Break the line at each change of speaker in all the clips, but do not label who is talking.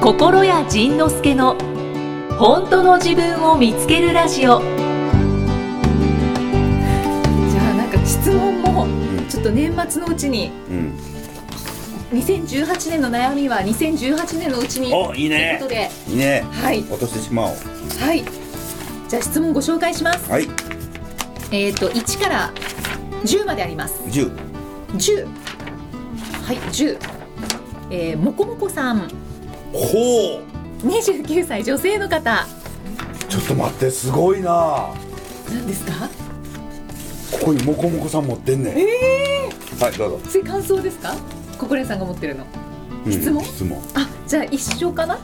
心谷仁之助の本当の自分を見つけるラジオ
じゃあなんか質問もちょっと年末のうちに
うん、
2018年の悩みは2018年のうちに
おいいね
というこ
いいね
とではい
落としてしまおう
はいじゃあ質問ご紹介します
はい
えっ、と1から10まであります
10
10はい10えー、もこもこさん
ほう
29歳女性の方
ちょっと待ってすごいな
何ですか
ここにモコモコさん持ってんねんええはいどうぞ、
それ感想ですか心屋さんが持ってるの
うん
質問
質問
あじゃあ一緒かな、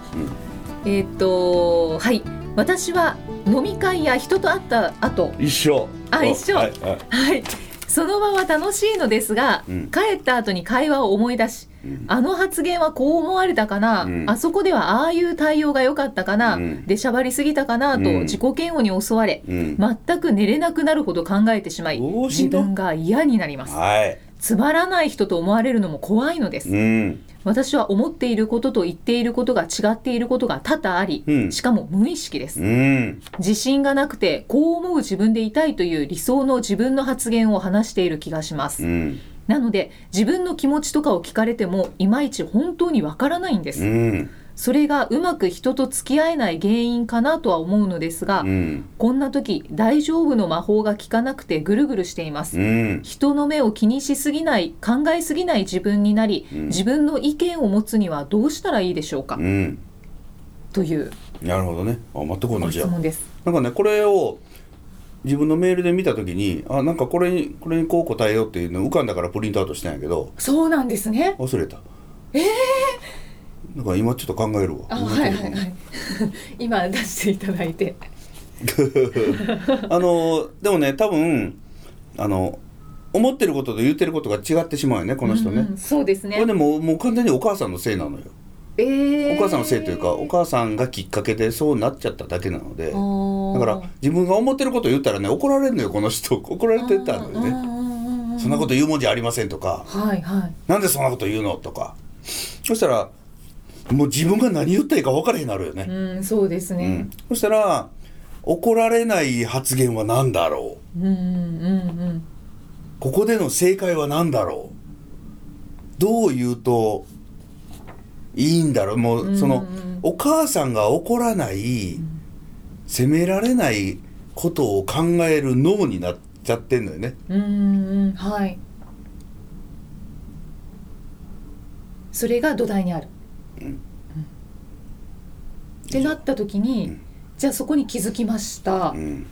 えーっ、とはい私は飲み会や人と会った後
一緒
あ一緒
はいはい
はいその場は楽しいのですが、
うん
帰った後に会話を思い出し
うん
あの発言はこう思われたかな、
うん
あそこではああいう対応が良かったかな、
うん
でしゃばりすぎたかなと
うん
自己嫌悪に襲われ、
うん
全く寝れなくなるほど考えてしまい
どうし
自
よう
分が嫌になります
はい
つまらない人と思われるのも怖いのです、
うん
私は思っていることと言っていることが違っていることが多々あり、
うん
しかも無意識です、
うん
自信がなくてこう思う自分でいたいという理想の自分の発言を話している気がします、
うん
なので自分の気持ちとかを聞かれてもいまいち本当にわからないんです、
うん
それがうまく人と付き合えない原因かなとは思うのですが、
うん
こんな時大丈夫の魔法が効かなくてぐるぐるしています、
うん
人の目を気にしすぎない考えすぎない自分になり、
うん
自分の意見を持つにはどうしたらいいでしょうか、
うん
という
なるほどねあ全く
ご
同じ
質
や
問です
なんかねこれを自分のメールで見たときにあなんかこれにこれにこう答えようっていうの浮かんだからプリントアウトしたんやけど
そうなんですね
忘れたええなんか今ちょっと考えるわ
あはいはいはい 今出していただいて
あのでもね多分あの思ってることと言ってることが違ってしまうよねこの人ね、
うんうんそうです
こ
ね
れでももう完全にお母さんのせいなのよ、
えー
お母さんのせいというかお母さんがきっかけでそうなっちゃっただけなのでだか
から
自分が思ってることを言ったらね怒られるのよこ の人怒られてたのよね
ね
そんなこと言うもんじゃありませんとか
はいはい
なんでそんなこと言うのとかそしたらもう自分が何言ったらいいか分からへんなるよね、
うんそうです
う
ね
んそしたら怒られない発言は何だろう
うんうん
ここでの正解は何だろうどう言うといいんだろうもうその、
うんうん
お母さんが怒らない、責められないことを考える脳になっちゃってんのよね。
うんうんうんはいそれが土台にある、うんってなった時に、じゃあそこに気づきました、
うん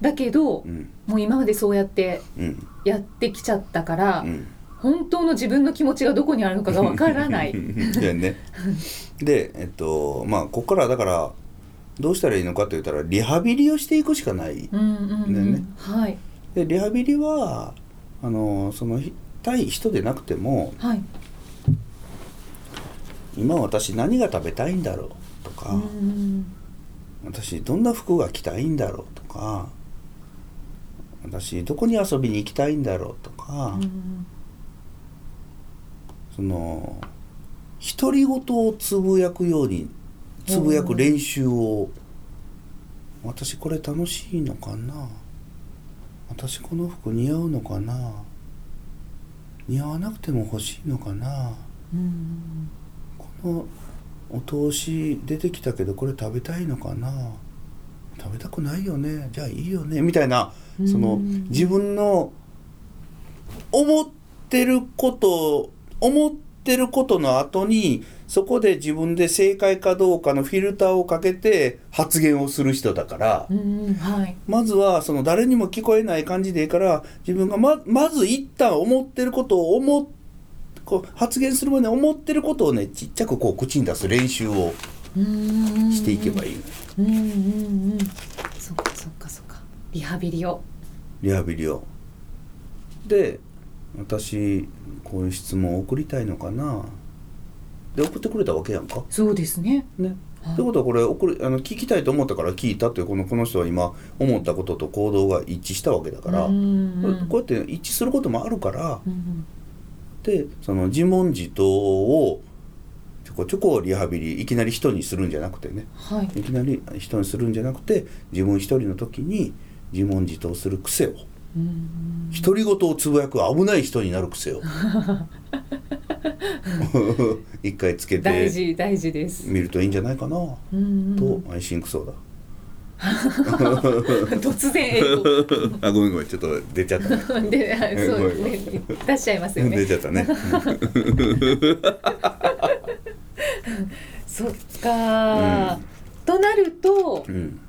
だけど、
うん
もう今までそうやって
うん
やってきちゃったから、
うん
本当の自分の気持ちがどこにあるのかがわからな い
だよね。でえっとまあここからだからどうしたらいいのかと言ったらリハビリをしていくしかない。
うんうん、うん
だよね
はい
でリハビリはあのそのひ対人でなくても
はい
今私何が食べたいんだろうとか、
うん
私どんな服が着たいんだろうとか私どこに遊びに行きたいんだろうとか、
うん
その独り言をつぶやくようにつぶやく練習を私これ楽しいのかな私この服似合うのかな似合わなくても欲しいのかな
うん
このお通し出てきたけどこれ食べたいのかな食べたくないよねじゃあいいよねみたいなそ
う
の
ん
自分の思ってること思ってることの後にそこで自分で正解かどうかのフィルターをかけて発言をする人だから
う。んはい
まずはその誰にも聞こえない感じでいいから自分がままず一旦思ってることを思っこう発言する前に思ってることをねちっちゃくこう口に出す練習を
し
していけばいい、
うんうんうんそっかそっかそっかリハビリを
リハビリを。で私こういう質問を送りたいのかなで送ってくれたわけやんか。
そうですね
ね
はい
ということはこれ送るあの聞きたいと思ったから聞いたというこのこの人は今思ったことと行動が一致したわけだから、
うんうん
こうやって一致することもあるから。
うん
でその自問自答をちょこちょこリハビリいきなり人にするんじゃなくてね
はい
いきなり人にするんじゃなくて自分一人の時に自問自答する癖を
うん
独り言をつぶやく危ない人になる癖を一回つけ
大
て
事大事です
見るといいんじゃないかな
うんう
と
ん
アイシンク そうだ
突然英 語
あごめんごめんちょっと出ちゃったね
で、はいそうですね。出しちゃい ますよ
出
ね。
ちゃったね
そっか、となると
う、ん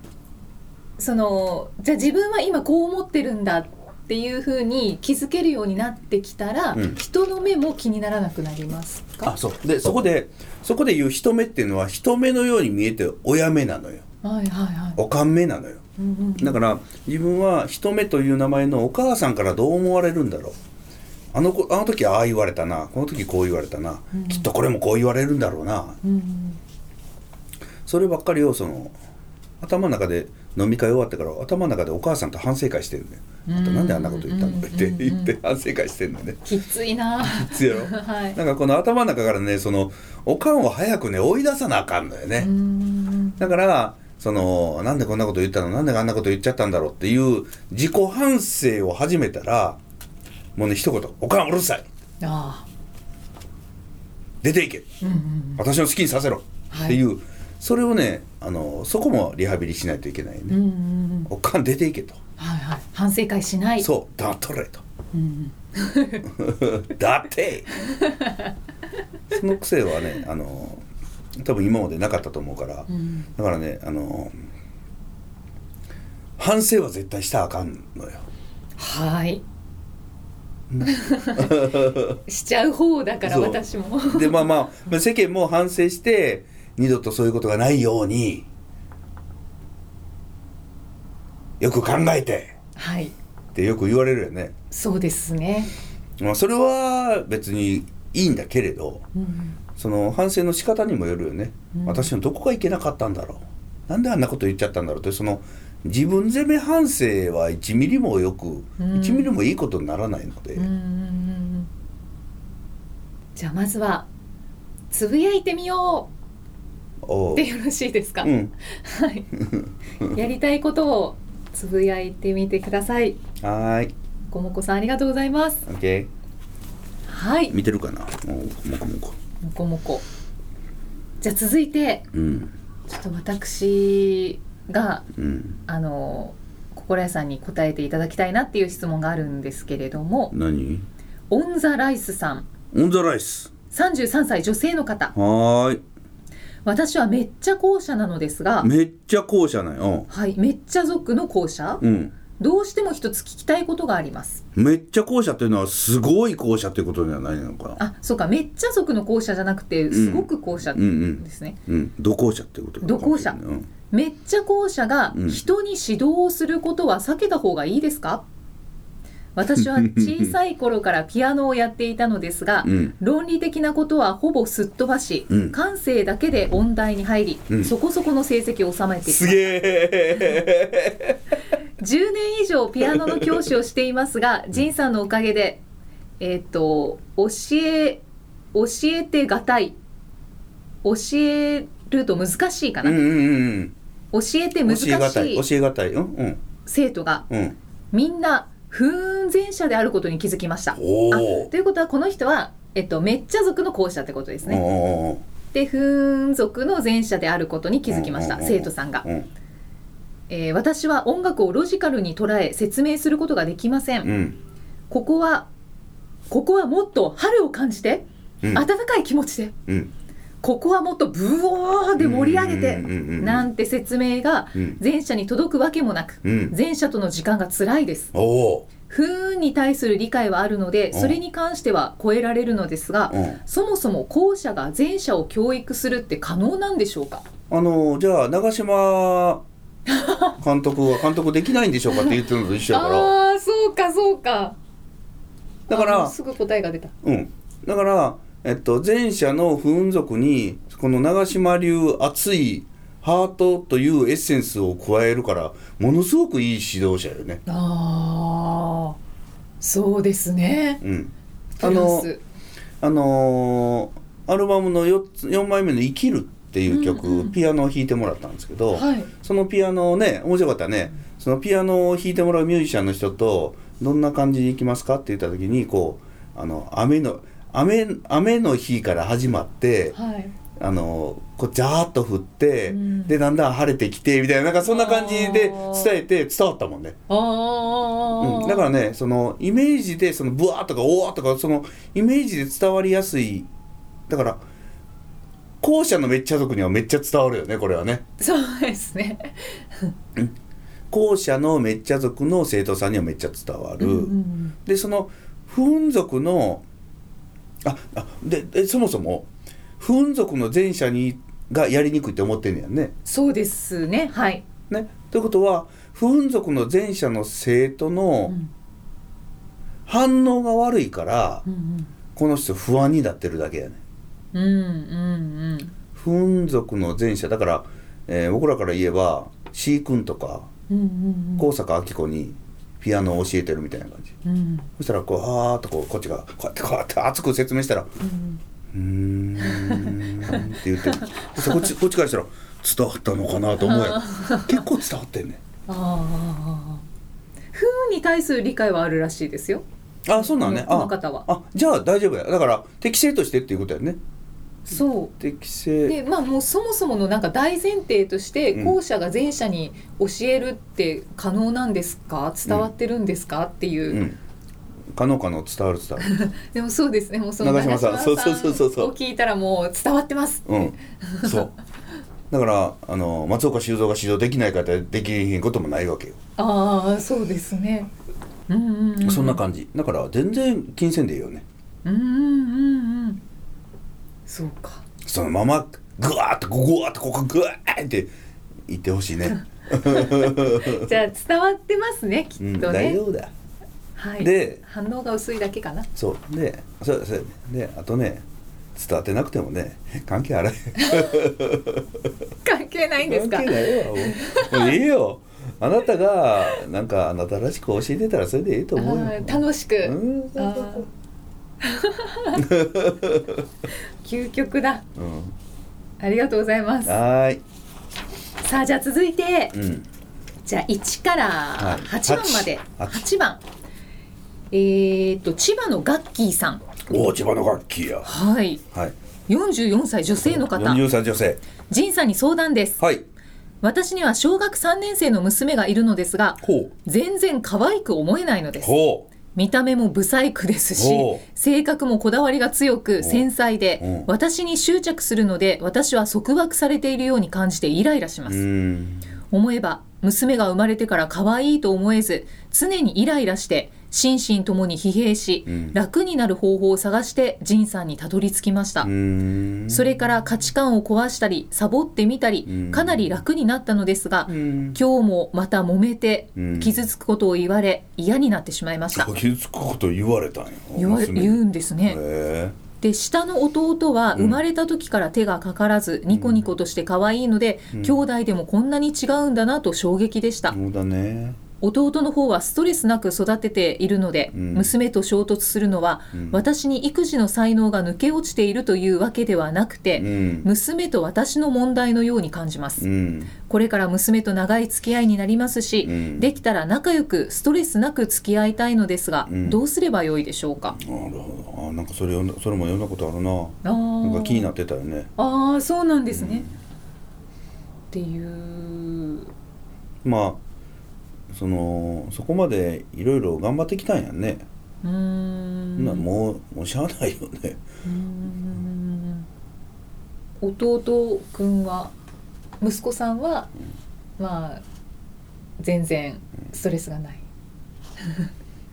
そのじゃあ自分は今こう思ってるんだっていうふうに気づけるようになってきたら、
うん
人の目も気にならなくなります
あ
か。
そうでそこでそこで言う人目っていうのは人目のように見えて親目なのよ
はいはいはい。
おかん目なのよ
うんうん
だから自分は人目という名前のお母さんからどう思われるんだろうあの子あの時ああ言われたなこの時こう言われたな、
うん
きっとこれもこう言われるんだろうな
うんうん
そればっかりをその頭の中で飲み会終わってから頭の中でお母さんと反省会してるね、
うん
あとなんであんなこと言ったの
うん
って言って
う
反省会してるのね
きついな。
つやろ
はい。
なんかこの頭の中からねそのおかんを早くね追い出さなあかんのよね、
うん
だからそのなんでこんなこと言ったのなんであんなこと言っちゃったんだろうっていう自己反省を始めたらもうね一言「おかんうるさい
あ
出ていけ
あ。うんうん
私の好きにさせろ」
はい
っていう、それをねあのそこもリハビリしないといけないね「
うん。うんうんうん。
おかん出ていけ」と
はいはい。反省会しな
「
い。
そうだとれ」と
うんうん。
「だって」その癖はねあの多分今までなかったと思うから、
うん
だからねあの反省は絶対したらあかんのよ。
はい。しちゃう方だから
そう
私も。
でまあまあ世間も反省して二度とそういうことがないようによく考えて
はい。
ってよく言われるよね、
そうですね。
まあ、それは別にいいんだけれど
うん
その反省の仕方にもよるよね、
うん
私のどこがいけなかったんだろうなんであんなこと言っちゃったんだろうってその自分責め反省は1ミリもよく、
うん
1ミリもいいことにならないので、
うんうんうんうんじゃあまずはつぶやいてみよう
おう
でよろしいですか、
うん
はい、やりたいことをつぶやいてみてください
はーい
こもこさんありがとうございます
OK
はいも
見てるかなおうもこもこ
こもこじゃあ続いて
うん
ちょっと私が
うん
あの心屋さんに答えていただきたいなっていう質問があるんですけれども
何
オンザライスさん
オンザライス
33歳女性の方
はーい
私はめっちゃ後者なのですが、
めっちゃ校舎なんよ
はい、めっちゃ族の後者、
うん
どうしても一つ聞きたいことがあります。
めっちゃ校舎っていうのはすごい校舎っていうことじゃないのかな
あ、そうか、めっちゃ族の後者じゃなくて、
ん
すごく後者
うんうん
ですね。
うん土校舎っていうことなのかもしれない
土
うん
めっちゃ後者が
うん
人に指導をすることは避けた方がいいですか。私 は小さい頃からピアノをやっていたのですが。
うん
論理的なことはほぼすっ飛ばし、
うん
感性だけで音大に入り、
うん
そこそこの成績を収めています
すげ え
10年以上ピアノの教師をしていますが仁さんのおかげで、えっと教え教えてがたい教えると難しいか
う
な、
んうんうん
教えて
うん
難し
教えがたい
い
教えがたいうんうん
生徒が
うん
みんな不運前者であることに気づきました。
お
あ
ー
ということはこの人は、えっと、めっちゃ族の後者ってことです
おー
ね。
おー
で不運族の前者であることに気づきました
うんうんうんうん
生徒さんが
お、ー
えー私は音楽をロジカルに捉え説明することができません
うんうん
ここはここはもっと春を感じて、
うん
温かい気持ちで
うん
ここはもっとブオーで盛り上げて、
うんうんうんうん
なんて説明が
うん
前者に届くわけもなく、
うん
前者との時間が辛いです
おお
不運に対する理解はあるので
うん
それに関しては超えられるのですが、
うん
そもそも後者が前者を教育するって可能なんでしょうか
あのじゃあ長嶋監督は監督できないんでしょうかって言ってるのと一緒だから
あーそうかそうか
だか
あ
ら
もうすぐ答えが出た
うん、だから、えっと、前者の不運族にこの長島流熱いハートというエッセンスを加えるからものすごくいい指導者よね。
あーそうですね
うん、
プ
あ
ラ
の
ス
あのーアルバムの 4, つ4枚目の「生きる」っていう曲、
うんうん
ピアノを弾いてもらったんですけど、
はい
そのピアノをね面白かったねそのピアノを弾いてもらうミュージシャンの人とどんな感じに行きますかって言った時にこうあの雨の雨雨の日から始まって
はい
あのこうジャーッと降って、
うん
でだんだん晴れてきてみたいななんかそんな感じで
あー
伝えて伝わったもんね。
ああ、
うん、だからねそのイメージでそのブワーとかおーとかそのイメージで伝わりやすいだから後者のめっちゃ族にはめっちゃ伝わるよねこれはね
そうですね
後者のめっちゃ族の生徒さんにはめっちゃ伝わる、
うん
でその不運族のああででそもそも不運族の前者にがやりにくいって思ってんねやんね
そうですねはい、
ねということは不運族の前者の生徒
う
の
ん
反応が悪いから、
うん
この人不安になってるだけやね
うんうん
不運族の前者だから、えー僕らから言えば C 君とか
うんうんうん
高坂明子にピアノを教えてるみたいな感じ
うんうん
そしたらこうあーっとこうこっちがこうやってこうやって熱く説明したら「う
うん
ーん」って言ってるそしたらこっ ちこっちからしたら伝わったのかなと思うやん結構伝わってんね
ああ不運に対する理解はあるらしいですよ
あそうなのね
この
あ
この方は
あじゃあ大丈夫やだから適正としてっていうことやね
そう
適正
でまあもうそもそものなんか大前提として
うん
後者が前者に教えるって可能なんですか伝わってるんですかっていう、
うん可能可能伝わる伝わる
でもそうですねもうその
長嶋さん
長嶋
そうそうそうそう
を聞いたらもう伝わってます
うん、そう。だからあの松岡修造が指導できない方はできへんこともないわけよ、
ああそうですねうんうん、うん、
そんな感じだから全然金銭でいいよね
うんうんうんうんそうか
そのままグワーッとグワーッとここグワーって言ってほしいね、
じゃあ伝わってますねきっ
う
とね、
ん、大丈夫だ
はい、
で
反応が薄いだけかな
そうでそうそうであとね伝わってなくてもね関係あらへん
関係ないんですか
関係ないわもうもういいよあなたがなんかあなたらしく教えてたらそれでいいと思うよ
あー楽しく、
うん
あー究極だ
うん
ありがとうございます
はーい、
さあじゃあ続いて
うん
じゃあ1から
い
8番まで、
八
8番えー、っと千葉のガッキーさん
おお千葉の楽器や
はい
はい
44歳女性の方
43女性
仁さんに相談です
はい
私には小学3年生の娘がいるのですが
ほう
全然可愛く思えないのです
ほ
見た目も不細工ですし
おう
性格もこだわりが強
う
く繊細
うん
で私に執着するので私は束縛されているように感じてイライラしま
うう
す、
ーん
思えば娘が生まれてから可愛いと思えず常にイライラして心身ともに疲弊し、
うん
楽になる方法を探して仁さんにたどり着きました、
うーん
それから価値観を壊したりサボってみたり、
うん
かなり楽になったのですが、
うん
今日もまた揉めて
うん
傷つくことを言われ嫌になってしまいました、
傷つくこと言われたんや
言わ
娘
言うんですね、
へ
で下の弟は生まれた時から手がかからず、ニコニコとして可愛いので、兄弟でもこんなに違うんだなと衝撃でした、
えそうだね
弟の方はストレスなく育てているので、
うん
娘と衝突するのは、
うん
私に育児の才能が抜け落ちているというわけではなくて、
うん
娘と私の問題のように感じます、
うん
これから娘と長い付き合いになりますし、
うん
できたら仲良くストレスなく付き合いたいのですが、
うん
どうすればよいでしょうか
なるほどあなんかそれ読んだそれも読んだことあるな
あー
なんか気になってたよね
ああそうなんですね、っていう
まあそのそこまでいろいろ頑張ってきたんやんね、
うーん
なもうもうしゃあないよね
うーん弟くんは息子さんは、まあ全然ストレスがない、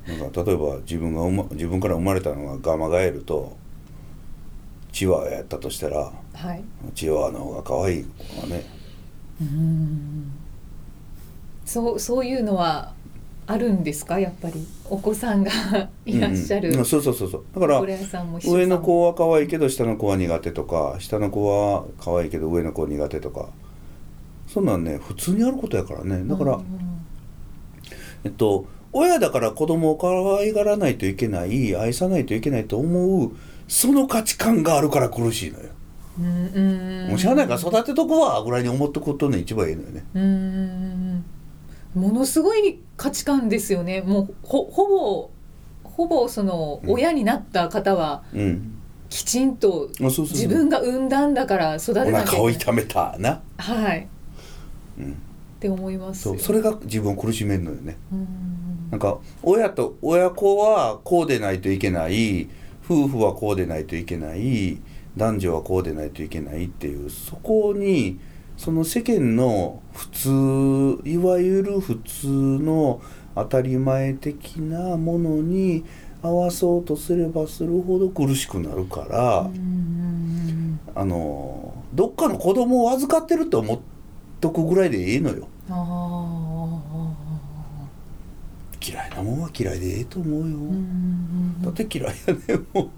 なんか例えば自分が生ま自分から生まれたのがガマガエルとチワワやったとしたら
はい
チワワの方が可愛い子がね
そうそういうのはあるんですかやっぱりお子さんがいらっしゃる
うんうんそうそうそうそうだから
小林さんも菱
上
さ
の
んも
子は可愛いけど下の子は苦手とか下の子は可愛いけど上の子は苦手とかそんなんね普通にあることやからねだから、
うんうん
えっと親だから子供を可愛がらないといけない愛さないといけないと思うその価値観があるから苦しいのよ、
うんうん
もうしゃあないから育てとくわぐらいに思っとくことね一番いいのよね
うんうんうんものすごい価値観ですよねもうほほぼほぼその
うん
親になった方は
うん
きちんと
あそうそうそう
自分が産んだんだから育て
お
なきゃ
腹を
いけ
痛めたな
ないはい、
うん
って思います
そ
よ
うそれが自分を苦しめるのよね
うんうん
なんか親と親子はこうでないといけない夫婦はこうでないといけない男女はこうでないといけないっていうそこにその世間の普通いわゆる普通の当たり前的なものに合わそうとすればするほど苦しくなるから、
うんうん
あのどっかの子供を預かってると思っとくぐらいでいいのよ
うんあ
嫌いなもんは嫌いでええと思うよ、
ーうんうんう
だ
ん
って嫌いやねもう。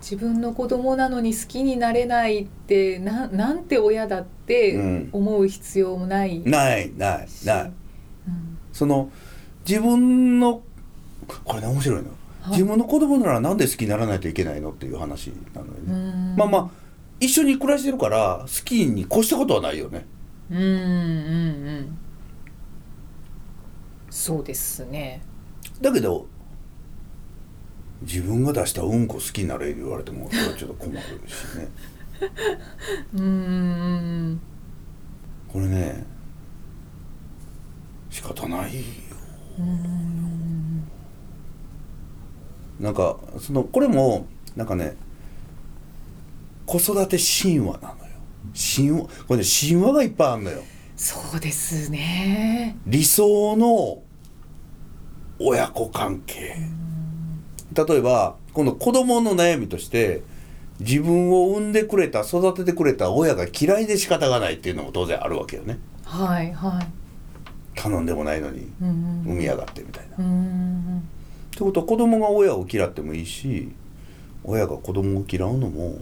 自分の子供なのに好きになれないってななんて親だって思う必要もない
ないない
し、
ない
うん
その自分のこれね面白いの
はい
自分の子供ならなんで好きにならないといけないのっていう話なのよね、
うん
まあまあ一緒に暮らしてるから好きに越したことはないよね
うんうんうんそうですね
だけど自分が出したうんこ好きになれ言われてもそれはちょっと困るしね
うんうん
これね仕方ないよ
うんうん
なんかそのこれもなんかね子育て神話なのよ神話これね神話がいっぱいあるのよ
そうですね
理想の親子関係例えば今度子供の悩みとして自分を産んでくれた育ててくれた親が嫌いで仕方がないっていうのも当然あるわけよね
はいはい
頼んでもないのに
うん
産み上がってみたいな。っ
うん
てことは子供が親を嫌ってもいいし親が子供を嫌うのも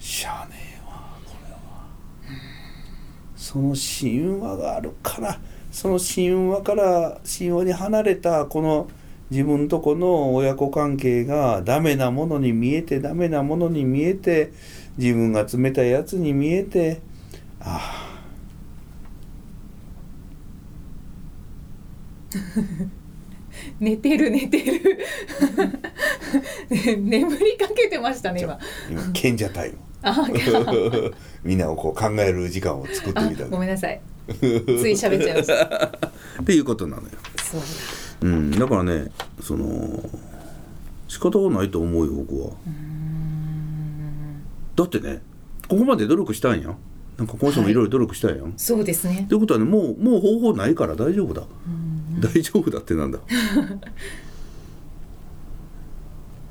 しゃあねえわこれは。その神話があるからその神話から神話に離れたこの自分とこの親子関係がダメなものに見えてダメなものに見えて自分が冷たいやつに見えてああ
寝てる寝てる ね眠りかけてましたね今
今賢者タイム。
あ
みんなをこう考える時間を作って
あ
みた
ご
っ
めんなさいつい喋っちゃいました
ていうことなのよ、
そうだ
うん、だからねその仕方がないと思うよ僕は
うん
だってねここまで努力したんやなんかこの人もいろいろ努力したんや、と
そうですね
いうことはねもうもう方法ないから大丈夫だ、
うん
大丈夫だってなんだ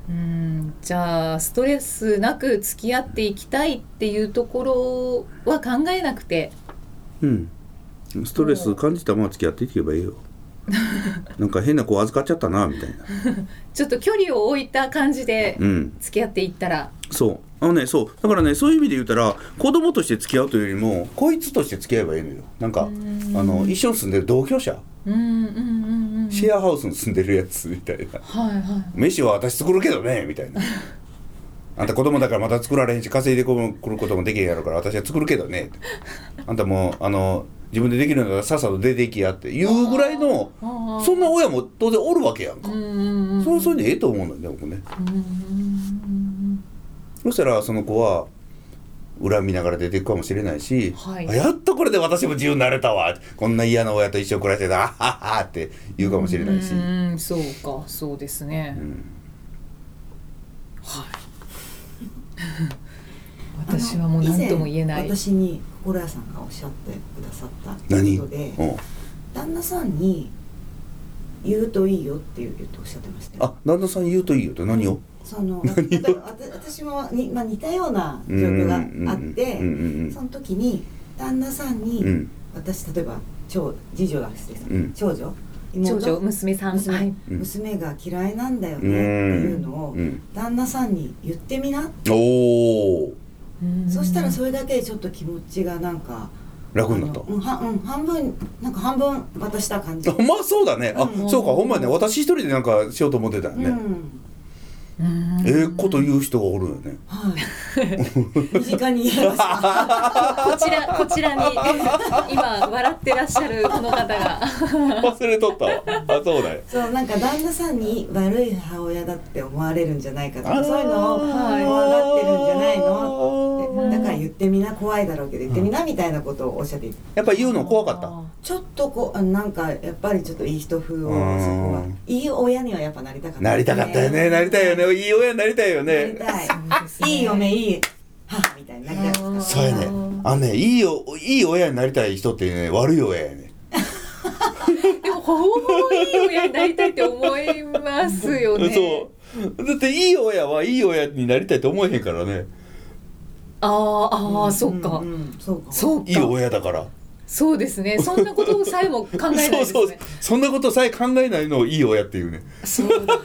うんじゃあストレスなく付き合っていきたいっていうところは考えなくて
うんストレス感じたまま付き合っていけば いいよなんか変な子預かっちゃったなみたいな
ちょっと距離を置いた感じで
うん
付き合っていったら
そうあのねそうだからねそういう意味で言ったら子供として付き合うというよりもこいつとして付き合えばいいのよなんか
うん
あの一緒に住んでる同居者
うんうんうんうん
シェアハウスに住んでるやつみたいな
はいはい
飯は私作るけどねみたいなあんた子供だからまた作られへんし稼いでくることもできへんやろから私は作るけどねあんたもうあの自分でできるならさっさと出ていきやっていうぐらいの
ああ
そんな親も当然おるわけやんか
うんうんうん
そうそういうのええと思うのよね僕ね
うんうんうん
そしたらその子は恨みながら出ていくかもしれないし、
はい
あやっとこれで私も自由になれたわこんな嫌な親と一生暮らしてたあはははって言うかもしれないし、
うんうんうんそうかそうですね、
うん
はい私はもう何とも言えな
以
い
前私に心屋さんがおっしゃってくださった
何
ことで
うん
旦那さんに言うといいよっていう言うとおっしゃってましたよ
あ旦那さん言うといいよって何を
そのなんかわた私もに、 まあ、似たような状況があって
うんうん
その時に旦那さんに、
うんうん
私例えば長次女が失礼した、
うん
長女
長
妹
女娘さん
娘,、
はい
うん
娘が嫌いなんだよねって
うん
いうのを
うん
旦那さんに言ってみな、
おお
そしたらそれだけでちょっと気持ちがなんか
楽になった
あのうんはうん半分なんか半分渡した感じ
あまあそうだねあ、
うん
そうかほんまやね私一人でなんかしようと思ってたよ
う
ね、
ん
ええこと言う人がおるよね
はい。身近にいます。
こちらこちらに今笑ってらっしゃるこの方が
忘れとったわあそうだよ
そうなんか旦那さんに悪い母親だって思われるんじゃないかとかそういうのを怖
はい
がってるんじゃないの
うん
だから言ってみな怖いだろうけど言ってみなみたいなことをおっしゃっていて
やっぱ言うの怖かった
ちょっとこうあなんかやっぱりちょっといい人風をそこ
う
は
ん
いい親にはやっぱなりたかった
なりたかったよねなりたいよねいい親になりたいよ
なり
ね
たい
そうですね
いい嫁いい母みたいになりたいですか
そうやねあのねいいよいい親になりたい人ってね悪い親やね
でもほぼほぼいい親になりたいって思いますよね
そう だっていい親はいい親になりたいと思えへんからね
あーあーそっか、
んんそうか
そうか
いい親だから
そうですねそんなことさえも考えないですね
そうそう そんなことさえ考えないのをいい親ってい うね
そうだ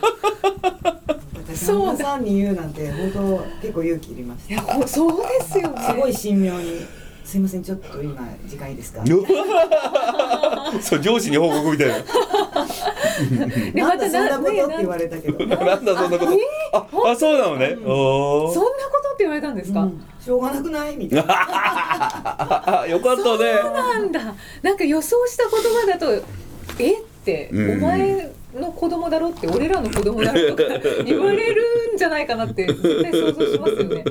私
そうだ
旦那さんに言うなんて本当結構勇気いりまし
い
た
やこうそうですよね
すごい神妙にすいませんちょっと今時間いいですか
そう上司に報告みたいな
でまたな
なんだそんなこと
ね
って言われたけど、
なん だそんなことああそうなのね、
うん
そ
お
ん
ー
なことって言われたんですか、
うんしょうがなくないみたい な
ああよかったね
そうなんだなんか予想した言葉だと「えっ?」て、
うん
お前の子供だろって俺らの子供だろ」とか言われるんじゃないかなって絶対想像しますよね。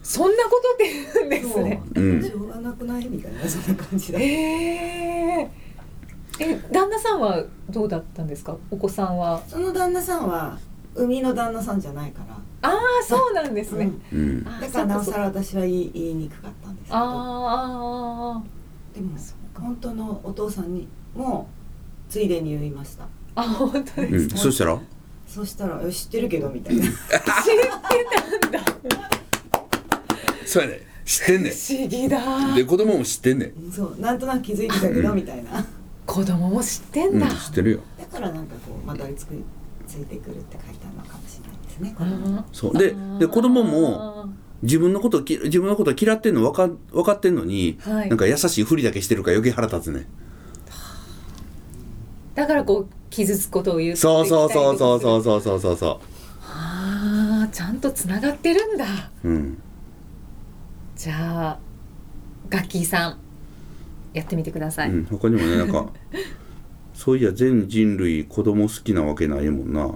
そんなことって言うんですね。
うん
しょうがなくないみたいなそんな感じだ
えーえ旦那さんはどうだったんですかお子さんは
その旦那さんは生みの旦那さんじゃないから
ああそうなんですね、
うん
うん
あー
だからなおさ
そうから
私は言い言いにくかったんですけ
そう
ど
あ
でも
ーあーあーそうか
本当のお父さんにもついでに言いました
あ本当
う
です
ん、
か、
そしたら
そしたら「え知ってるけど」みたいな
そうやね知ってんねん
不思議だ
で子供も知ってんねん、
そうなんとなく気づいてたけど
うん
みたいな
子供も知ってん
う
だ、
ん、知ってるよ
だからなんかこうまとわりつくついてくるって書いてあるのかもしれないですねこ
あ
れ
ー
は
そうでで子供も自分のことき自分のこと嫌ってんの分か分かってんのに、
はい
なんか優しいふりだけしてるから余計腹立つね
だからこう傷つくことを言う
そうそうそうそうそううそうそうそうそ
ああちゃんとつながってるんだ
ううん
じゃあガッキーさんやってみてください、
うん、他にもねなんかそういや全人類子供好きなわけないもんな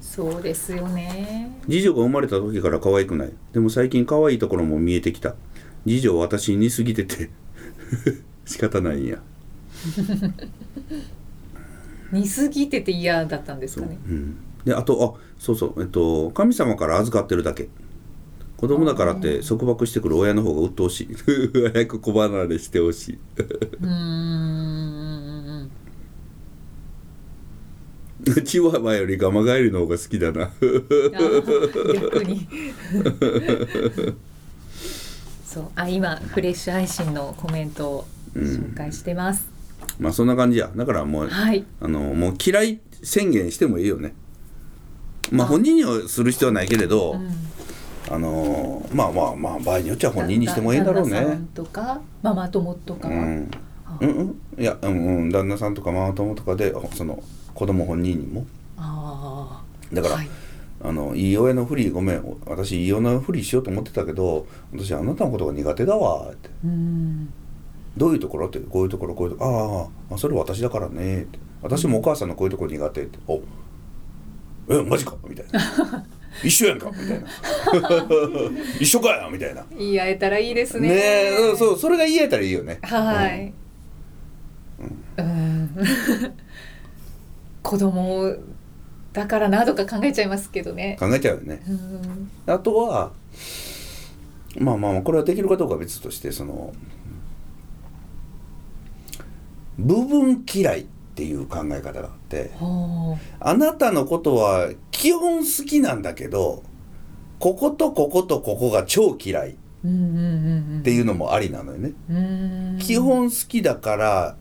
そうですよね
次女が生まれた時から可愛くないでも最近可愛いところも見えてきた次女は私に似すぎて て仕方ないんや
似すぎてて嫌だったんです
そ
か
う、
ね
うん、であとあそうそうえっと神様から預かってるだけ子供だからって束縛してくる親の方が鬱陶しい 早く子離れしてほしいう
ーん
うちは前よりガマガエルの方が好きだな
あー逆にそうあ今フレッシュ配信のコメントを紹介してます、
まあそんな感じやだからもう
はい
あのもう嫌い宣言してもいいよねまあ本人にはする必要はないけれど、
うん
あのーまあまあまあ場合によっちゃ本人にしてもいいんだろう
旦那さ
ね
んとかママ友とか、
うんうんうんいやうんうん旦那さんとかママ友とかでその子供本人にも
ああ
だから、
はい、
あのいい親のふりごめん私いい親のふりしようと思ってたけど私あなたのことが苦手だわって
うん
どういうところってこういうところこういうところあーあそれ私だからねって私もお母さんのこういうところ苦手っておえマジかみたいな 一緒やんかみたいな 一緒かよみたいな
言い合えたらいいですね
ねえうんそうそれが言えたらいいよね
はい、うん子供だからなとか考えちゃいますけどね
うん考えちゃうよね
うん
あとはまあまあまあこれはできるかどうかは別としてその部分嫌いっていう考え方があって
ほ
あなたのことは基本好きなんだけどこことこことここが超嫌いっ
ううんうんうんうん
ていうのもありなのよね、
うん
基本好きだから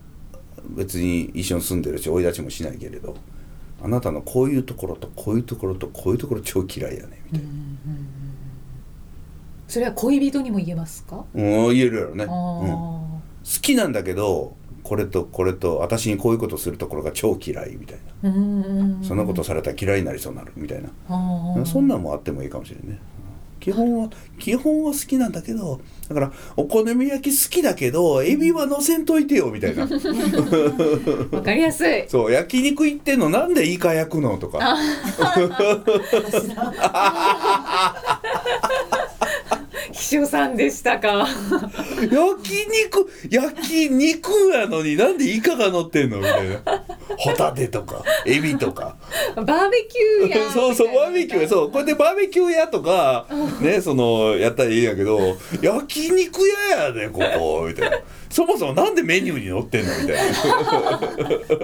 別に一緒に住んでるし追い出しもしないけれどあなたのこういうところとこういうところとこういうところ超嫌いやねみたいな。
それは恋人にも言えますか、
うん、言えるやろね、
あ
うん、好
あ
きなんだけどここれとこれと私にこういうことするところが超嫌いみたいな、
うんうんうん
そんなことされたら嫌いになりそうになるみたいな、
はあ
そんなんもあってもいいかもしれないね基本は基本は好きなんだけどだからお好み焼き好きだけどエビは乗せんといてよみたいな
わかりやすい
そう焼肉行ってんのなんでイカ焼くのとか
秘書さんでした か
焼肉焼肉やのになんでイカが乗ってんのみたいなホタテとかエビとか
バーベキューや
そうそうバーベキューそうこれでバーベキュー屋とかねそのやったらいいんやけど焼肉屋やでここみたいなそもそもなんでメニューに載ってんのみたいな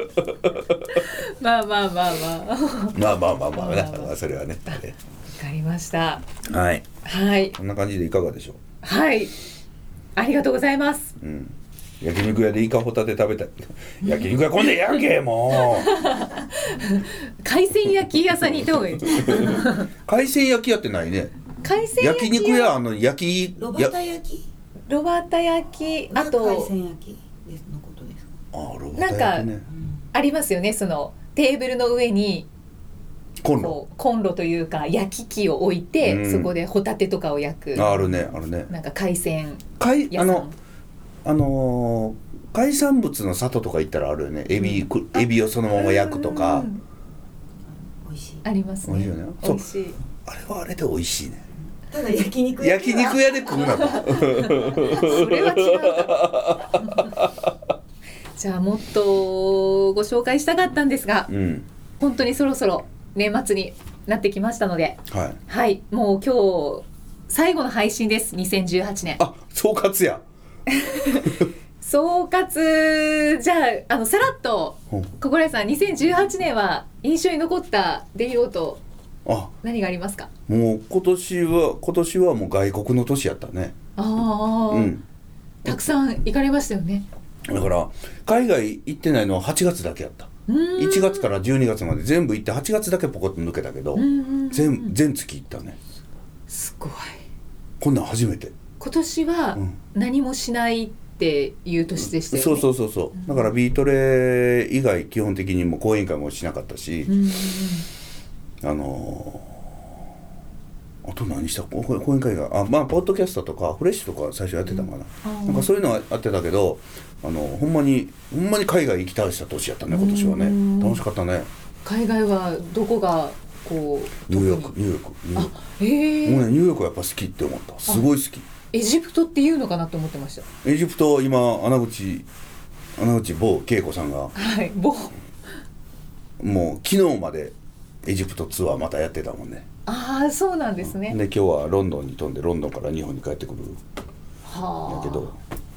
まあまあまあまあわ
まあまあまあまあねまあそれはね
かりました
はい
はい
こんな感じでいかがでしょ
はいありがとうございます
ううん焼肉屋でイカホタテ食べたい焼肉屋こんでやんけもう
海鮮焼き屋さんに行った方がいい
海鮮焼きやってないね
海鮮焼き
焼肉屋あの焼き
ロバ
や
タ焼き
ロバータ焼きあ
海
と
鮮焼きですのことですか、
あロバタ焼きね
うん
ありますよねそのテーブルの上に
コンロ
こうコンロというか焼き器を置いて、
うん
そこでホタテとかを焼く
ああるねあるね
なんか海鮮
海
屋
あ
さん
のあのー海産物の里とか行ったらあるよねエビ、くエビをそのまま焼くとか
うん
美味しい
ありますね
美味しいよね
美味しい
あれはあれで美味しいね
ただ焼肉屋
焼肉屋で食うなと
それは違うだろう じゃあもっとご紹介したかったんですが
うん
本当にそろそろ年末になってきましたので
はい
はいもう今日最後の配信です2018年
あ総括や
総括じゃああのさらっと
ほう
心得さん2018年は印象に残った出来事
あ
何がありますか
もう今年は今年はもう外国の年やったね
ああ、
うん
たくさん行かれましたよね
だから海外行ってないのは8月だけやった1
1
月から12月まで全部行って8月だけポコッと抜けたけど全全月行ったね
すごい
こんなん初めて
今年は
うん
何もしないっていう年でしたよね、
そうそうそうそう、だからビートレ以外基本的にもう講演会もしなかったし
う、んうん
あのーあと何したこ講演会があまあポッドキャストとかフレッシュとか最初やってたのかな、
うんあー
なんかそういうのはやってたけどあのほんまにほんまに海外行き倒した年やったね今年はね、
うん
楽しかったね
海外はどこがこう
ニューヨー
特
ク
に
ニューヨークニューヨーク
あええ
もうねニューヨークはやっぱ好きって思ったすごい好き
エジプトっていうのかなと思ってました
エジプト今穴口穴口某恵子さんが
はいもう
もう昨日までエジプトツアーまたやってたもんね
ああそうなんですね、
で今日はロンドンに飛んでロンドンから日本に帰ってくるん
はあ
だけど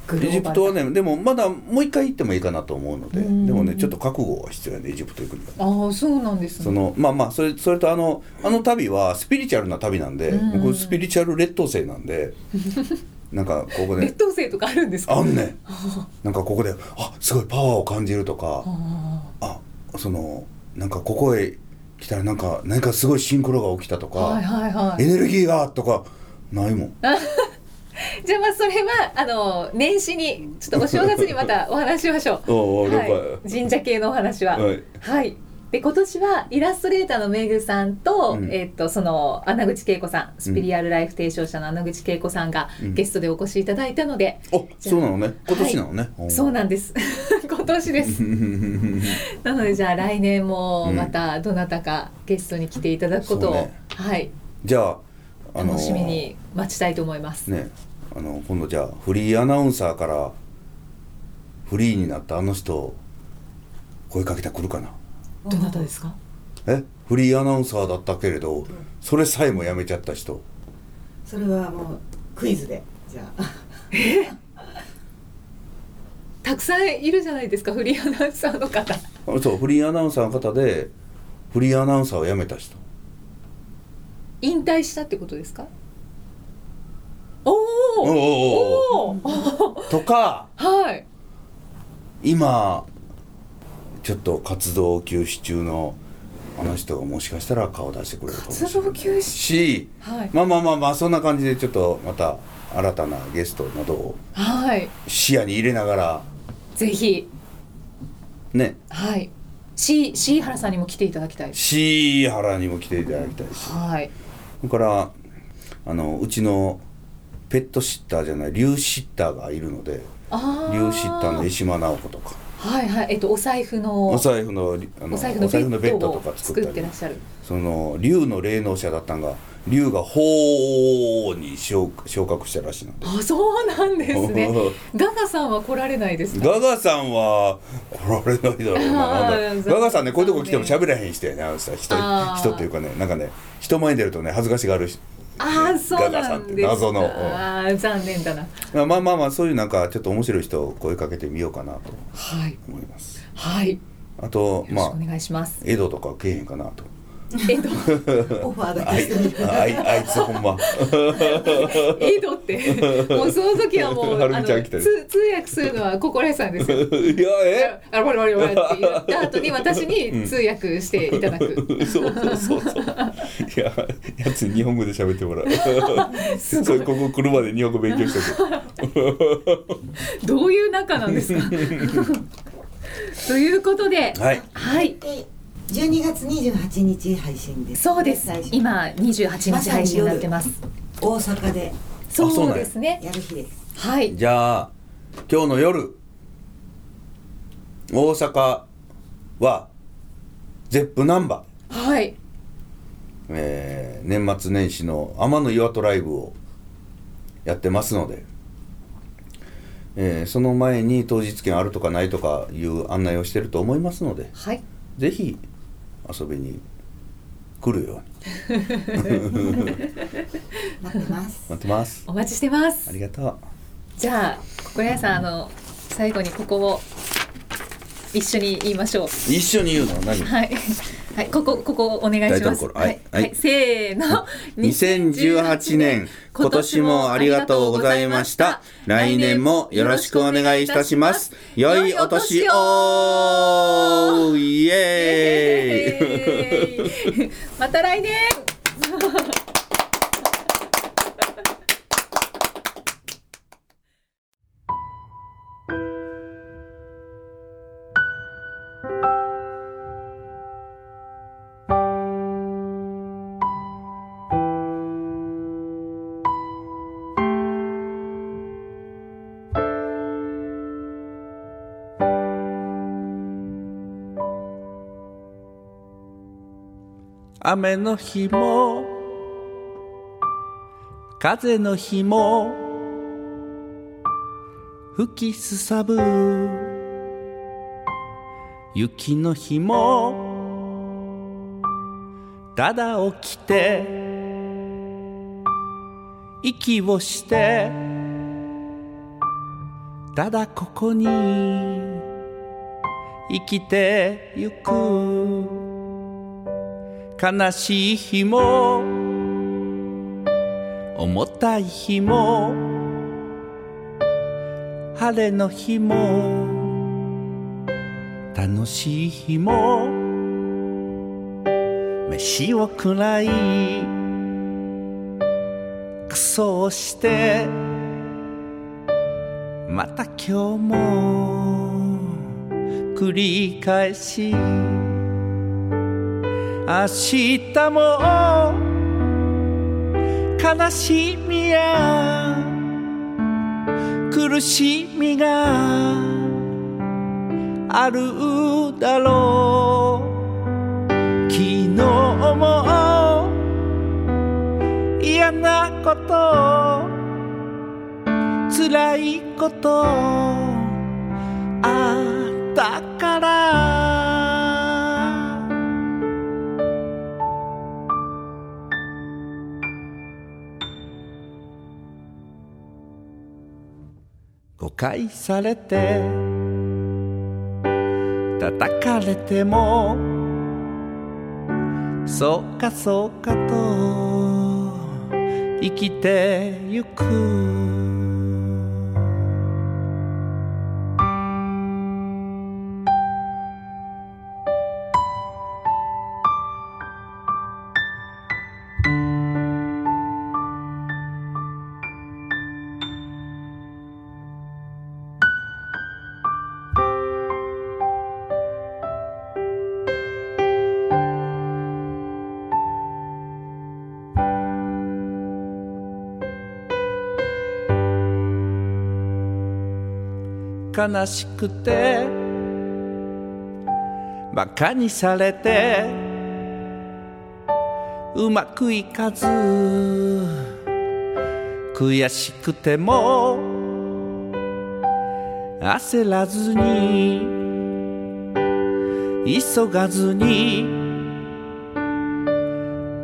グローバル
エジプトはねでもまだもう一回行ってもいいかなと思うのでで
うん
もねちょっと覚悟は必要やねエジプト行くには。
ああそうなんですね
そのまあまあそれそれとあのあの旅はスピリチュアルな旅なんで
うん
僕スピリチュアル劣等生な んでなんかここで
劣等生とかあるんですか
あん ねなんかここであすごいパワーを感じるとか
あ
あそのなんかここへ来たらなんか何かすごいシンクロが起きたと
あはい
か
はいは
エ
い
ネルギーがとかないもん。
じゃあまあそれはあの年始にちょっとお正月にまたお話しましょう
おうおう了解
はい、神社系のお話は
はい
はいで今年はイラストレーターのめぐさんと,、
うん
えっとその穴口恵子さんスピリアルライフ提唱者の穴口恵子さんが
うん
ゲストでお越しいただいたので、
あ、そうなのね。今年なのね。おう
そうなんです 今年ですなのでじゃあ来年もまたどなたかゲストに来ていただくことを、
そうね
はい
じゃあ、あの
楽しみに待ちたいと思います。
ね、あの今度じゃあフリーアナウンサーからフリーになったあの人声かけてくるかな。
どなたですか？
え、フリーアナウンサーだったけれど、それさえもやめちゃった人。
それはもうクイズでじゃあ
たくさんいるじゃないですかフリーアナウンサーの方。
あそう、フリーアナウンサーの方でフリーアナウンサーを辞めた人。
引退したってことですか？お
おうお
お
う
おお
おうとか、
はい
今ちょっと活動休止中のあの人がもしかしたら顔出してくれるかもしれない。
活動休止
し。
はい
まあまあまあまあそんな感じでちょっとまた新たなゲストなどを
はい
視野に入れながら
ぜひ
ね
はい。し、シーハラさんにも来ていただきたいです。
シーハラにも来ていただきたいし
はい。
だからあのうちのペットシッターじゃないリュウシッターがいるので
ああ。
リュウシッターの石間直子とか
はいはい。えっとお財布の
お財布のあの
お財布のベッド
とか
を
作
作
っ
ったて
り
らっしゃる。
その竜の霊能者だったんが竜が鳳凰に昇昇格したらしいの。
あ、そうなんですねガガさんは来られないですか。
ガガさんは来られないだろうな
あ ー
なん
残
か
念
ガガさんねこういうとこ来ても喋らへんしてねあのさ人
あー
人というかねなんかね人前に出るとね恥ずかしがるし
ああ、そう
ガガさ
なんん
っ
です
て
か。
謎のうん
ああ、残念だな。
まあまあまあそういうなんかちょっと面白い人を声かけてみようかなと
はい
思います
はい。よ
あと
ろ
ま
し
あ
くお願いします。
江戸とか来えへんかなと
えっと、
オファーだ
あ
け
い
してみる
あい あいつほんま
井戸 って、もうその時はもう、
はる
あの、
みちゃん来てる
通通訳するのは心得さんですよ。
いやえ
ああ、わらわらわらって言った後 に、私に通訳していただく。
そうそうそう そう。いや、やつに日本語で喋ってもらう。
す
そ
ご
れ
い。
ここ来るまで日本語勉強してて。
どういう仲なん ですか。ということで、
はい。
はい。
で12月28日配信です
そうです
最。初
今28日配信になってます。
大阪で
そう
そうですね。
やる日です
はい。
じゃあ、今日の夜。大阪は。ゼップナンバー。
はい。
えー年末年始の天の岩戸ライブをやってますので、えーその前に当日券あるとかないとかいう案内をしてると思いますので
はい。
ぜひ遊びに来るように
待ってます
待ってます
お待ちしてま
あ
す。
りがとう
じゃあ、心屋さん、あの、最後にここを。一緒に言いましょう。
一緒に言うのは何
はい。はい、ここ、ここお願いします。
台所はい
は
はい
い、せー の。
2018年今年もありがとうございました来年もよろしくお願いいたします良いお年をイエーイ
イエーイまた来年。
雨の日も風の日も吹きすさぶ雪の日もただ起きて息をしてただここに生きてゆく悲しい日も重たい日も晴れの日も楽しい日も飯を食らいクソをしてまた今日も繰り返し明日も悲しみや苦しみがあるだろう昨日も嫌なこと辛いことあったから誤解されて叩かれてもそうかそうかと生きてゆく悲しくて馬鹿にされてうまくいかず悔しくても焦らずに急がずに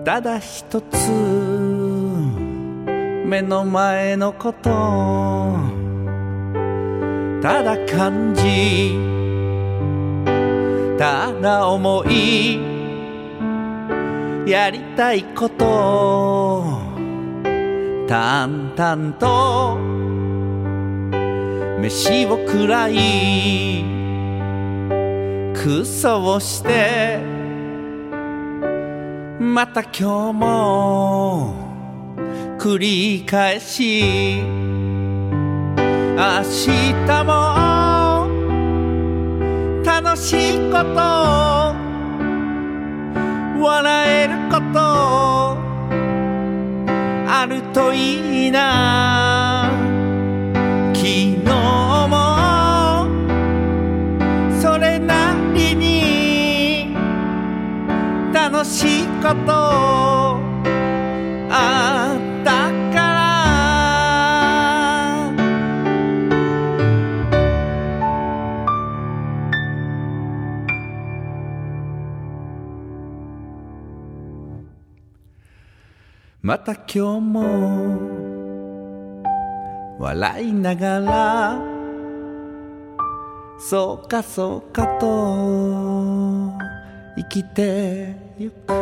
ただ一つ目の前のことただ感じただ思いやりたいこと淡々と飯を食らいクソをしてまた今日も繰り返し明日も楽しいこと笑えることあるといいな昨日もそれなりに楽しいことあったからまた今日も笑いながらそうかそうかと生きてゆく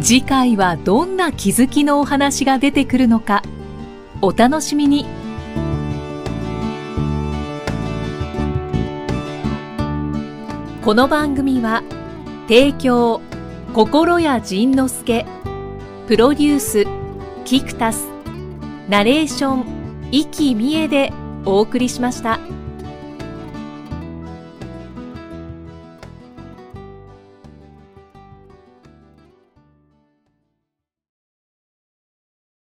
次回はどんな気づきのお話が出てくるのかお楽しみにこの番組は提供心谷仁之助プロデュースキクタスナレーション生きみえでお送りしました。